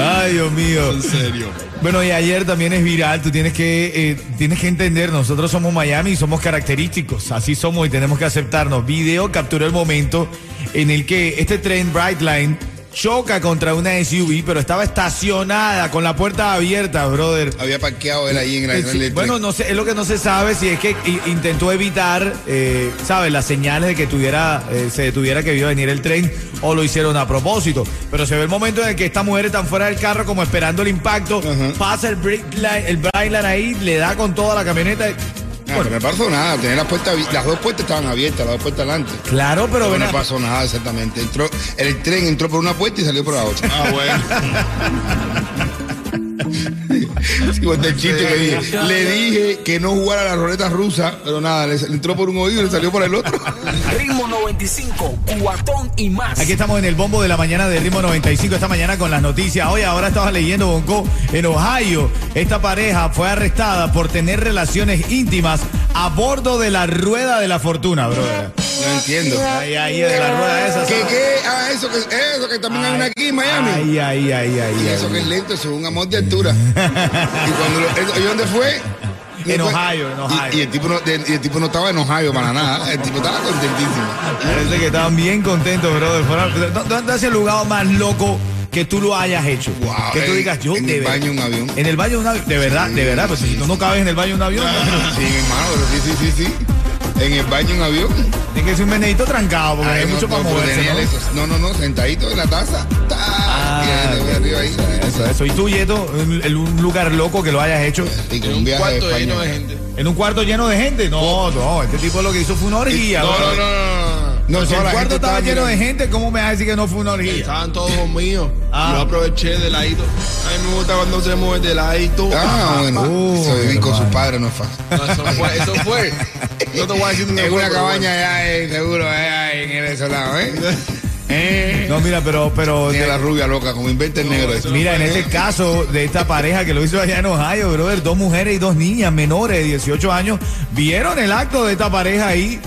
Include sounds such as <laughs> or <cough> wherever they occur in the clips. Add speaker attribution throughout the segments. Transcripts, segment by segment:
Speaker 1: Ay, Dios mío.
Speaker 2: En serio.
Speaker 1: Bueno, y ayer también es viral, tú tienes que, eh, tienes que entender, nosotros somos Miami y somos característicos, así somos y tenemos que aceptarnos. Video capturó el momento en el que este tren Brightline choca contra una SUV, pero estaba estacionada con la puerta abierta, brother.
Speaker 3: Había parqueado él ahí en la Ah,
Speaker 1: Eh,
Speaker 3: en
Speaker 1: sí,
Speaker 3: el-
Speaker 1: bueno, no sé, es lo que no se sabe si es que i- intentó evitar, eh, ¿sabes? Las señales de que tuviera, eh, se detuviera que iba a venir el tren o lo hicieron a propósito. Pero se ve el momento en el que estas mujeres están fuera del carro como esperando el impacto, pasa el brick line- el bright line ahí, le da con toda la camioneta.
Speaker 3: Ah,
Speaker 1: Bueno,
Speaker 3: pero no pasó nada, tenía las puertas abi- las dos puertas estaban abiertas, las dos puertas adelante.
Speaker 1: claro, pero
Speaker 3: Pero
Speaker 1: ven
Speaker 3: no
Speaker 1: acá.
Speaker 3: pasó nada exactamente. Entró, el tren entró por una puerta y salió por la otra.
Speaker 2: Ah, bueno.
Speaker 3: <laughs> Sí, cuenta el chiste que dije. Le dije que no jugara a la ruleta rusa, pero nada, le le entró por un oído y le salió por el otro.
Speaker 4: Ritmo 95, cuatón y más.
Speaker 1: Aquí estamos en el bombo de la mañana de Ritmo 95 esta mañana con las noticias. Hoy ahora estaba leyendo Bonco en Ohio. Esta pareja fue arrestada por tener relaciones íntimas a bordo de la rueda de la fortuna, brother.
Speaker 3: No entiendo.
Speaker 1: Ay, ay, de la rueda esa.
Speaker 3: ¿Qué,
Speaker 1: ¿sabes?
Speaker 3: qué? Ah, eso que, eso que también hay una aquí en Miami.
Speaker 1: Ay, ay, ay, ay.
Speaker 3: Y eso
Speaker 1: ay.
Speaker 3: que es lento, eso es un amor de altura. ¿Y cuando lo- eso- ¿y dónde fue? No
Speaker 1: En
Speaker 3: fue-
Speaker 1: Ohio, en Ohio.
Speaker 3: Y, y el tipo no, y el tipo no estaba en Ohio para nada. El tipo estaba contentísimo.
Speaker 1: Parece que estaban bien contentos, brother. Fueron- No, no, no es el lugar más loco que tú lo hayas hecho.
Speaker 3: Wow,
Speaker 1: que tú
Speaker 3: en-
Speaker 1: digas, yo
Speaker 3: eh, en
Speaker 1: de
Speaker 3: el
Speaker 1: ver-
Speaker 3: baño de un avión.
Speaker 1: En el baño de un avión. De verdad, de verdad. Pues si tú no cabes en el baño de un avión, no.
Speaker 3: <laughs> Sí, mi hermano, pero sí, sí, sí, sí. En el baño, en avión.
Speaker 1: Tiene que ser un venedito trancado, porque Ah, hay
Speaker 3: Ay, no,
Speaker 1: mucho
Speaker 3: no,
Speaker 1: para
Speaker 3: pero
Speaker 1: moverse.
Speaker 3: tenía
Speaker 1: ¿no?
Speaker 3: esos- ¿no? no, no, sentadito en la taza. Ta,
Speaker 1: Ah,
Speaker 3: y ahí, arriba ahí.
Speaker 1: Eso, eso. ¿Y tú, Yeto, un, el- un lugar loco que lo hayas hecho?
Speaker 3: Y con
Speaker 2: En
Speaker 3: un
Speaker 2: un
Speaker 3: viaje a
Speaker 2: cuarto lleno
Speaker 3: España.
Speaker 2: de gente.
Speaker 1: ¿En un cuarto lleno de gente? No, no, este tipo lo que hizo fue una orgía.
Speaker 2: No,
Speaker 1: brother.
Speaker 2: no, no, no, no.
Speaker 3: No,
Speaker 1: Si
Speaker 3: toda
Speaker 1: el
Speaker 3: la gente
Speaker 1: cuarto estaba lleno de
Speaker 3: mirando.
Speaker 1: gente, ¿cómo me vas a decir que no fue una orgía?
Speaker 2: Estaban todos míos.
Speaker 1: Ah.
Speaker 2: Yo aproveché de ladito. A mí me gusta cuando se mueve de ladito.
Speaker 3: Ah, bueno.
Speaker 1: Uh,
Speaker 3: eso vivir con
Speaker 1: hermano.
Speaker 3: sus padres no
Speaker 1: <laughs>
Speaker 3: es fácil.
Speaker 2: No, eso fue, eso fue. No te voy a decir dónde
Speaker 3: <laughs> En
Speaker 2: fue,
Speaker 3: una
Speaker 2: pero
Speaker 3: cabaña allá, eh, seguro, allá en el
Speaker 1: <laughs>
Speaker 3: desolado, ¿eh? Eh.
Speaker 1: No, mira, pero, pero
Speaker 3: Mira la rubia loca, como inventa el negro. este.
Speaker 1: Mira, en este caso de esta pareja que lo hizo allá en Ohio, brother, dos mujeres y dos niñas menores de 18 años vieron el acto de esta pareja ahí.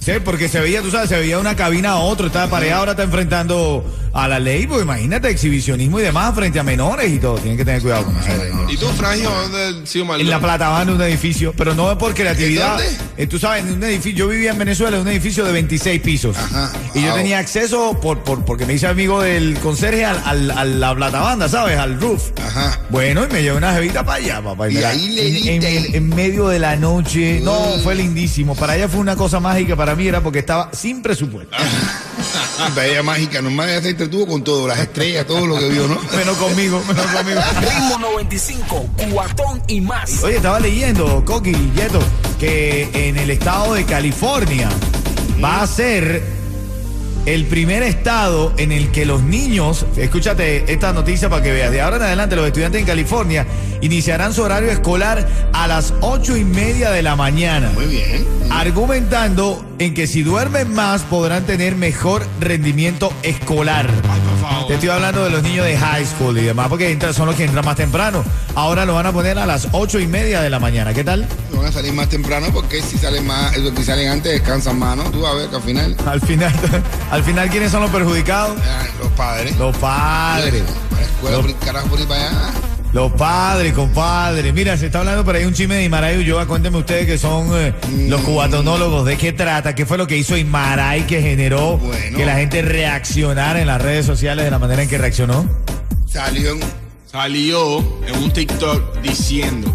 Speaker 1: Sí, porque se veía, tú sabes, se veía una cabina a otro. Esta pareja ahora está enfrentando a la ley, porque imagínate, exhibicionismo y demás frente a menores y todo. Tienen que tener cuidado con eso.
Speaker 2: ¿Y tú, Frangio, dónde has sido mal?
Speaker 1: En la platabanda de un edificio, pero no por creatividad.
Speaker 2: ¿En dónde?
Speaker 1: Eh, tú sabes, en un edificio, yo vivía en Venezuela en un edificio de 26 pisos.
Speaker 3: Ajá,
Speaker 1: Y yo
Speaker 3: wow.
Speaker 1: tenía acceso por, por porque me hice amigo del conserje al, al- a la platabanda, ¿sabes? Al roof.
Speaker 3: Ajá.
Speaker 1: Bueno, y me llevé una jevita para allá, papá.
Speaker 3: Y
Speaker 1: me la-
Speaker 3: ahí le
Speaker 1: en,
Speaker 3: diste
Speaker 1: en-
Speaker 3: el-
Speaker 1: en medio de la noche. No,
Speaker 3: Mm.
Speaker 1: fue lindísimo. Para ella fue una cosa mágica, para mí era porque estaba sin presupuesto.
Speaker 3: <laughs> Ah. Bella mágica, nomás ya se entretuvo con todo, las estrellas, todo lo que vio, ¿no?
Speaker 1: <laughs> Menos conmigo, menos conmigo.
Speaker 4: Ritmo 95, cuatón y más.
Speaker 1: Oye, estaba leyendo, Coqui y Yeto, que en el estado de California va a ser el primer estado en el que los niños, escúchate esta noticia para que veas, de ahora en adelante los estudiantes en California iniciarán su horario escolar a las ocho y media de la mañana,
Speaker 3: Muy bien.
Speaker 1: argumentando en que si duermen más podrán tener mejor rendimiento escolar.
Speaker 2: Por favor.
Speaker 1: Te estoy hablando de los niños de high school y demás, porque entran- son los que entran más temprano. Ahora lo van a poner a las ocho y media de la mañana. ¿Qué tal?
Speaker 3: Van a salir más temprano porque si salen más, los que salen antes descansan más, ¿no? Tú vas a ver que al final,
Speaker 1: Al final, <laughs> al final ¿quiénes son los perjudicados?
Speaker 3: ah, los padres.
Speaker 1: Los padres.
Speaker 3: Para la escuela,
Speaker 1: Los-
Speaker 3: por el carajo, por ir para allá.
Speaker 1: Los padres, compadre. Mira, se está hablando por ahí un chisme de Imaray Ulloa. Cuéntenme ustedes que son eh, los cubatonólogos. ¿De qué trata? ¿Qué fue lo que hizo Imaray que generó
Speaker 3: Bueno.
Speaker 1: que la gente reaccionara en las redes sociales de la manera en que reaccionó?
Speaker 3: Salió en-
Speaker 2: Salió en un TikTok diciendo: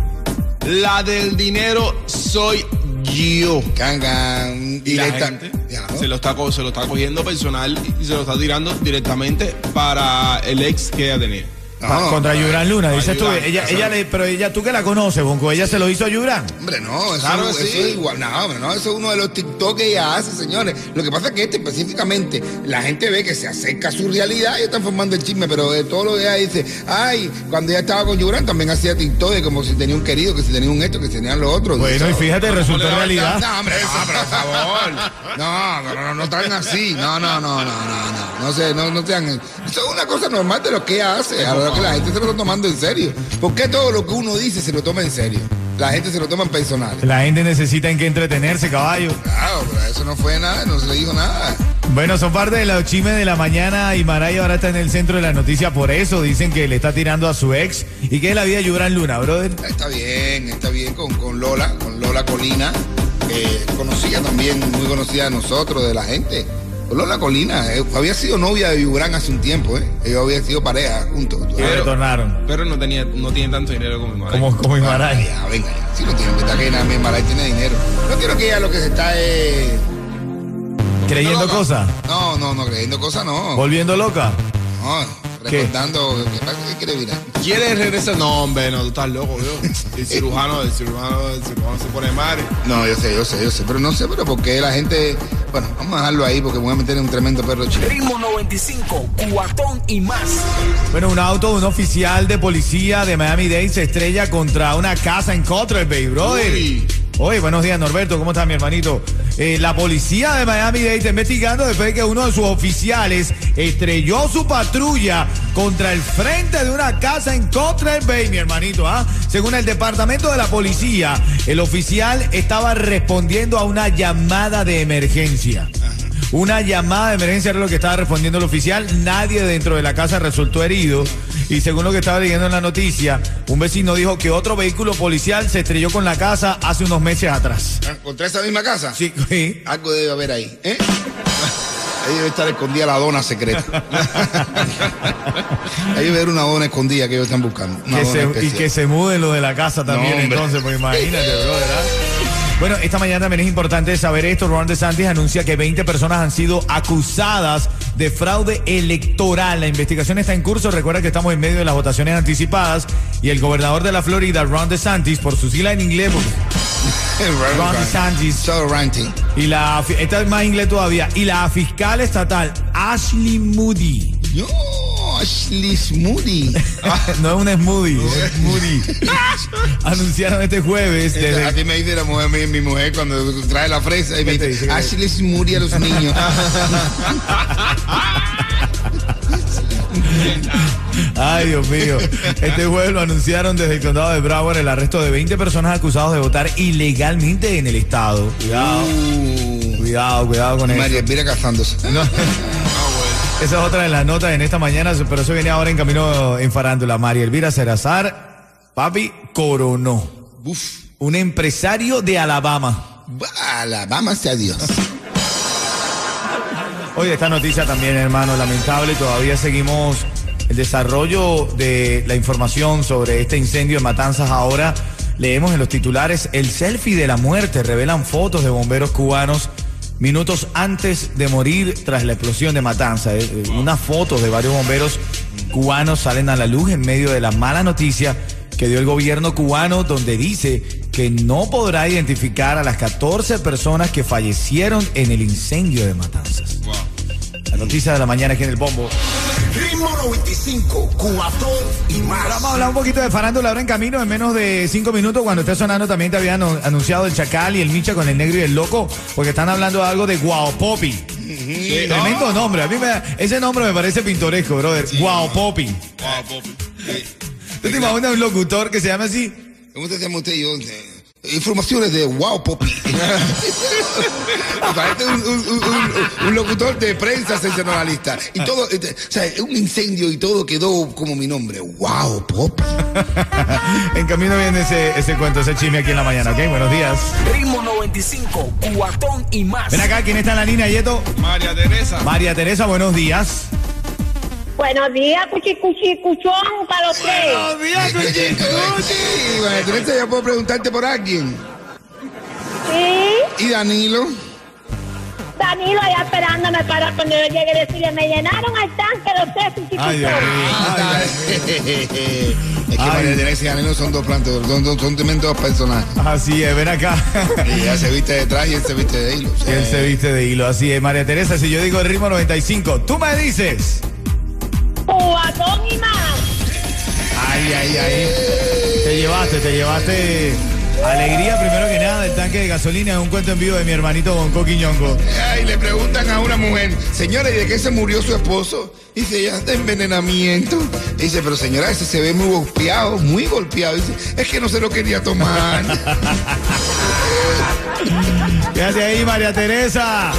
Speaker 2: La del dinero soy yo.
Speaker 3: can, can,
Speaker 2: Y la
Speaker 3: directa.
Speaker 2: gente
Speaker 3: Ya, ¿no?
Speaker 2: se lo, está, co- se lo está cogiendo personal y se lo está tirando directamente para el ex que ella tenía.
Speaker 3: No,
Speaker 1: Pa- contra Yurán Luna, dices tú.
Speaker 2: Yurán,
Speaker 1: Ella,
Speaker 2: ya
Speaker 1: ella le, pero ella, tú que la conoces, Bonco, ella se lo hizo a Yurán.
Speaker 3: Hombre, no, eso,
Speaker 2: Claro que
Speaker 3: eso
Speaker 2: sí.
Speaker 3: es igual. No, hombre, no, eso es uno de los TikTok que ella hace, señores. Lo que pasa es que este específicamente, la gente ve que se acerca a su realidad y están formando el chisme, pero de todo lo que ella dice, ay, cuando ella estaba con Yuran también hacía TikTok de como si tenía un querido, que si tenía un esto, que si tenían lo otro.
Speaker 1: Bueno, y fíjate, resultó realidad.
Speaker 3: No, hombre, no, pero Ah, por favor. No, no, no, no tan así. No, no, no, no, no, no. No sé, no, no sean. Eso es una cosa normal de lo que ella hace. A lo que la gente se lo está tomando en serio. ¿Por qué todo lo que uno dice se lo toma en serio? La gente se lo toma en personal.
Speaker 1: La gente necesita en qué entretenerse, caballo.
Speaker 3: Claro, pero eso no fue nada, no se le dijo nada.
Speaker 1: Bueno, son parte de los chismes de la mañana y Maray ahora está en el centro de la noticia por eso. Dicen que le está tirando a su ex. ¿Y qué es la vida de Yurán Luna, brother?
Speaker 3: Está bien, está bien con, con Lola, con Lola Colina, eh, conocida también, muy conocida de nosotros, de la gente. Lola Colina eh, había sido novia de Vibrán hace un tiempo, ¿eh? Ellos habían sido pareja juntos.
Speaker 1: Y retornaron.
Speaker 2: Pero no, tenía, no tiene tanto dinero como mi madre.
Speaker 1: Como, como
Speaker 3: Ay,
Speaker 1: Imaray.
Speaker 3: ya, venga, ya. Si no tiene cuenta que nada, mi Maray tiene dinero. No quiero que ella lo que se está es.
Speaker 1: Creyendo
Speaker 3: loca.
Speaker 1: cosas.
Speaker 3: No, no, no, creyendo cosas no.
Speaker 1: Volviendo loca.
Speaker 3: No,
Speaker 1: ¿Qué?
Speaker 3: recordando. ¿Qué, pasa? ¿Qué quiere mirar?
Speaker 2: ¿Quieres regresar? No, hombre, no, tú estás loco, yo. El cirujano, el cirujano, el cirujano se pone madre.
Speaker 3: No, yo sé, yo sé, yo sé. Pero no sé, pero porque la gente. Bueno, vamos a dejarlo ahí porque me voy a meter en un tremendo perro chico.
Speaker 4: Ritmo 95, cuatón y más.
Speaker 1: Bueno, un auto de un oficial de policía de Miami-Dade se estrella contra una casa en Cotter Bay, brother.
Speaker 2: Uy.
Speaker 1: Oye, buenos días, Norberto. ¿Cómo estás, mi hermanito? Eh, la policía de Miami-Dade está investigando después de que uno de sus oficiales estrelló su patrulla contra el frente de una casa en Cotter Bay, mi hermanito. ¿ah? Según el departamento de la policía, el oficial estaba respondiendo a una llamada de emergencia. Una llamada de emergencia era lo que estaba respondiendo el oficial. Nadie dentro de la casa resultó herido. Y según lo que estaba leyendo en la noticia, un vecino dijo que otro vehículo policial se estrelló con la casa hace unos meses atrás.
Speaker 3: Ah, ¿Contra esa misma casa?
Speaker 1: Sí, <laughs> sí.
Speaker 3: Algo debe haber ahí,
Speaker 1: <laughs>
Speaker 3: ¿eh? Ahí debe estar escondida la dona
Speaker 1: <laughs>
Speaker 3: secreta. Ahí debe haber una dona escondida que ellos están buscando. una
Speaker 1: Que
Speaker 3: dona
Speaker 1: se- y
Speaker 3: especial.
Speaker 1: que se mude lo de la casa también,
Speaker 3: No, hombre.
Speaker 1: entonces, pues imagínate, bro, ¿verdad? Bueno, esta mañana también es importante saber esto. Ron DeSantis anuncia que 20 personas han sido acusadas de fraude electoral. La investigación está en curso. Recuerda que estamos en medio de las votaciones anticipadas y el gobernador de la Florida, Ron DeSantis, por su sigla en inglés, pues,
Speaker 3: <laughs>
Speaker 1: Ron DeSantis,
Speaker 3: So ranting.
Speaker 1: y la fi- esta es más inglés todavía, y la fiscal estatal Ashley <laughs> Moody.
Speaker 3: Yo, Ashley Smoothie.
Speaker 1: no es un smoothie, es Moody. <laughs> Anunciaron este jueves desde
Speaker 3: A ti me dice la mujer, mi, mi mujer cuando trae la fresa y me
Speaker 1: ¿Qué te dice? Ah.
Speaker 3: dice, Ashley Smoothie a los niños.
Speaker 1: Ay, Dios mío. Este jueves lo anunciaron desde el condado de Broward el arresto de 20 personas acusadas de votar ilegalmente en el estado. Cuidado,
Speaker 3: Uh,
Speaker 1: cuidado, cuidado con
Speaker 3: María
Speaker 1: eso. <laughs>
Speaker 3: Elvira casándose.
Speaker 1: No,
Speaker 2: Ah,
Speaker 1: Esa es otra de las notas en esta mañana, pero eso viene ahora en camino en farándula. María Elvira Cerazar, papi, coronó.
Speaker 3: Uf.
Speaker 1: Un empresario de Alabama.
Speaker 3: Alabama sea Dios.
Speaker 1: Oye, esta noticia también, hermano, lamentable. Todavía seguimos el desarrollo de la información sobre este incendio de Matanzas. Ahora leemos en los titulares el selfie de la muerte. Revelan fotos de bomberos cubanos minutos antes de morir tras la explosión de Matanzas. Eh, eh, Unas fotos de varios bomberos cubanos salen a la luz en medio de la mala noticia que dio el gobierno cubano donde dice que no podrá identificar a las 14 personas que fallecieron en el incendio de Matanzas. La noticia de la mañana aquí en el bombo.
Speaker 4: Ritmo 95, cuatón y
Speaker 1: Vamos a
Speaker 4: más.
Speaker 1: hablar un poquito de farándula ahora en camino en menos de cinco minutos. Cuando esté sonando también te habían anu- anunciado el Chacal y el Micha con el Negro y el Loco porque están hablando algo de Guaupopi. Tremendo nombre. A mí me da- ese nombre me parece pintoresco, brother. Guaupopi.
Speaker 3: Ah, Popi. Sí.
Speaker 1: ¿Tú te imaginas un locutor que se llama así? <laughs>
Speaker 3: ¿Cómo se llama usted? Yo, eh, informaciones de
Speaker 1: <laughs>
Speaker 3: Wow Popi. Parece un, un- un- un- un locutor de prensa sensacionalista. Y todo, este, o sea, un incendio y todo quedó como mi nombre. Wow
Speaker 1: <laughs>
Speaker 3: Popi.
Speaker 1: En camino viene ese, ese cuento, ese chisme aquí en la mañana, ¿ok? Buenos días.
Speaker 4: Ritmo 95, cuatón y más.
Speaker 1: Ven acá, ¿quién está en la línea, Yeto?
Speaker 2: María Teresa.
Speaker 1: María Teresa, buenos días.
Speaker 5: Buenos días, cuchicuchicuchón para los tres.
Speaker 1: días,
Speaker 3: Sí, María Teresa, ya puedo preguntarte por alguien.
Speaker 5: Sí,
Speaker 3: ¿Y Danilo?
Speaker 5: Danilo allá esperándome para cuando yo llegue y decirle, me llenaron al tanque los tres
Speaker 1: Ay, Dios mío.
Speaker 5: cuchicuchón.
Speaker 1: Ay,
Speaker 3: <laughs> es que
Speaker 1: Ay.
Speaker 3: María Teresa y Danilo son dos plantas, son, son, son tremendos personajes.
Speaker 1: Así es, ven acá.
Speaker 3: Y ella se viste detrás y él se viste de hilo. O sea,
Speaker 1: Él se viste de hilo, así es. María Teresa, si yo digo el ritmo 95, tú me dices.
Speaker 5: Cubatón y más.
Speaker 1: Ay, ay, ay. Te llevaste, te llevaste. Alegría, primero que nada, del tanque de gasolina. Es un cuento en vivo de mi hermanito Gonco Quiñongo.
Speaker 3: Y le preguntan a una mujer, señora, ¿y de qué se murió su esposo? Dice, ella de envenenamiento. Dice, pero señora, ese se ve muy golpeado, muy golpeado. Dice, es que no se lo quería tomar.
Speaker 1: <laughs> Quédate ahí, María Teresa.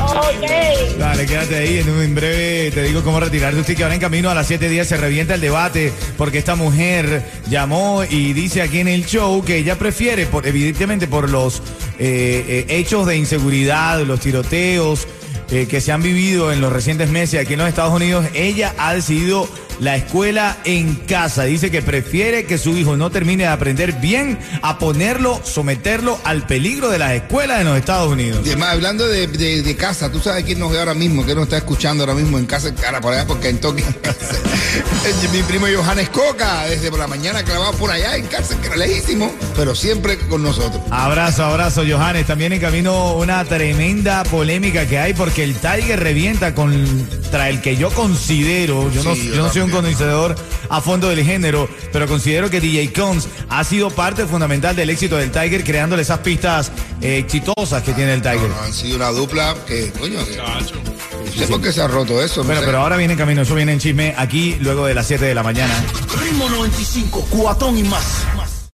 Speaker 5: Ok.
Speaker 1: Dale, quédate ahí. En, un, en breve te digo cómo retirarte. Usted que ahora en camino a las 7 días se revienta el debate porque esta mujer llamó y dice aquí en el show que ella prefiere, por, evidentemente por los eh, eh, hechos de inseguridad, los tiroteos eh, que se han vivido en los recientes meses aquí en los Estados Unidos, ella ha decidido la escuela en casa. Dice que prefiere que su hijo no termine de aprender bien a ponerlo, someterlo al peligro de las escuelas en los Estados Unidos.
Speaker 3: Y además, hablando de, de- de casa, tú sabes quién nos ve ahora mismo, quién nos está escuchando ahora mismo en casa, cara, por allá, porque en Tokio. Mi primo Johannes Coca, desde por la mañana clavado por allá en casa, que era lejísimo, pero siempre con nosotros.
Speaker 1: Abrazo, abrazo, Johannes. También en camino una tremenda polémica que hay porque el Tiger revienta contra el que yo considero, yo, no,
Speaker 3: Sí, yo
Speaker 1: yo no soy un
Speaker 3: también.
Speaker 1: conocedor a fondo del género, pero considero que DJ Combs ha sido parte fundamental del éxito del Tiger creándole esas pistas eh, exitosas que tiene el Tiger.
Speaker 3: No, han sido una dupla que, coño, que, no sé por qué se ha roto eso. no
Speaker 1: Bueno,
Speaker 3: sé.
Speaker 1: pero ahora viene en camino, eso viene en chisme aquí luego de las 7 de la mañana.
Speaker 4: Ritmo 95, cuatón y más.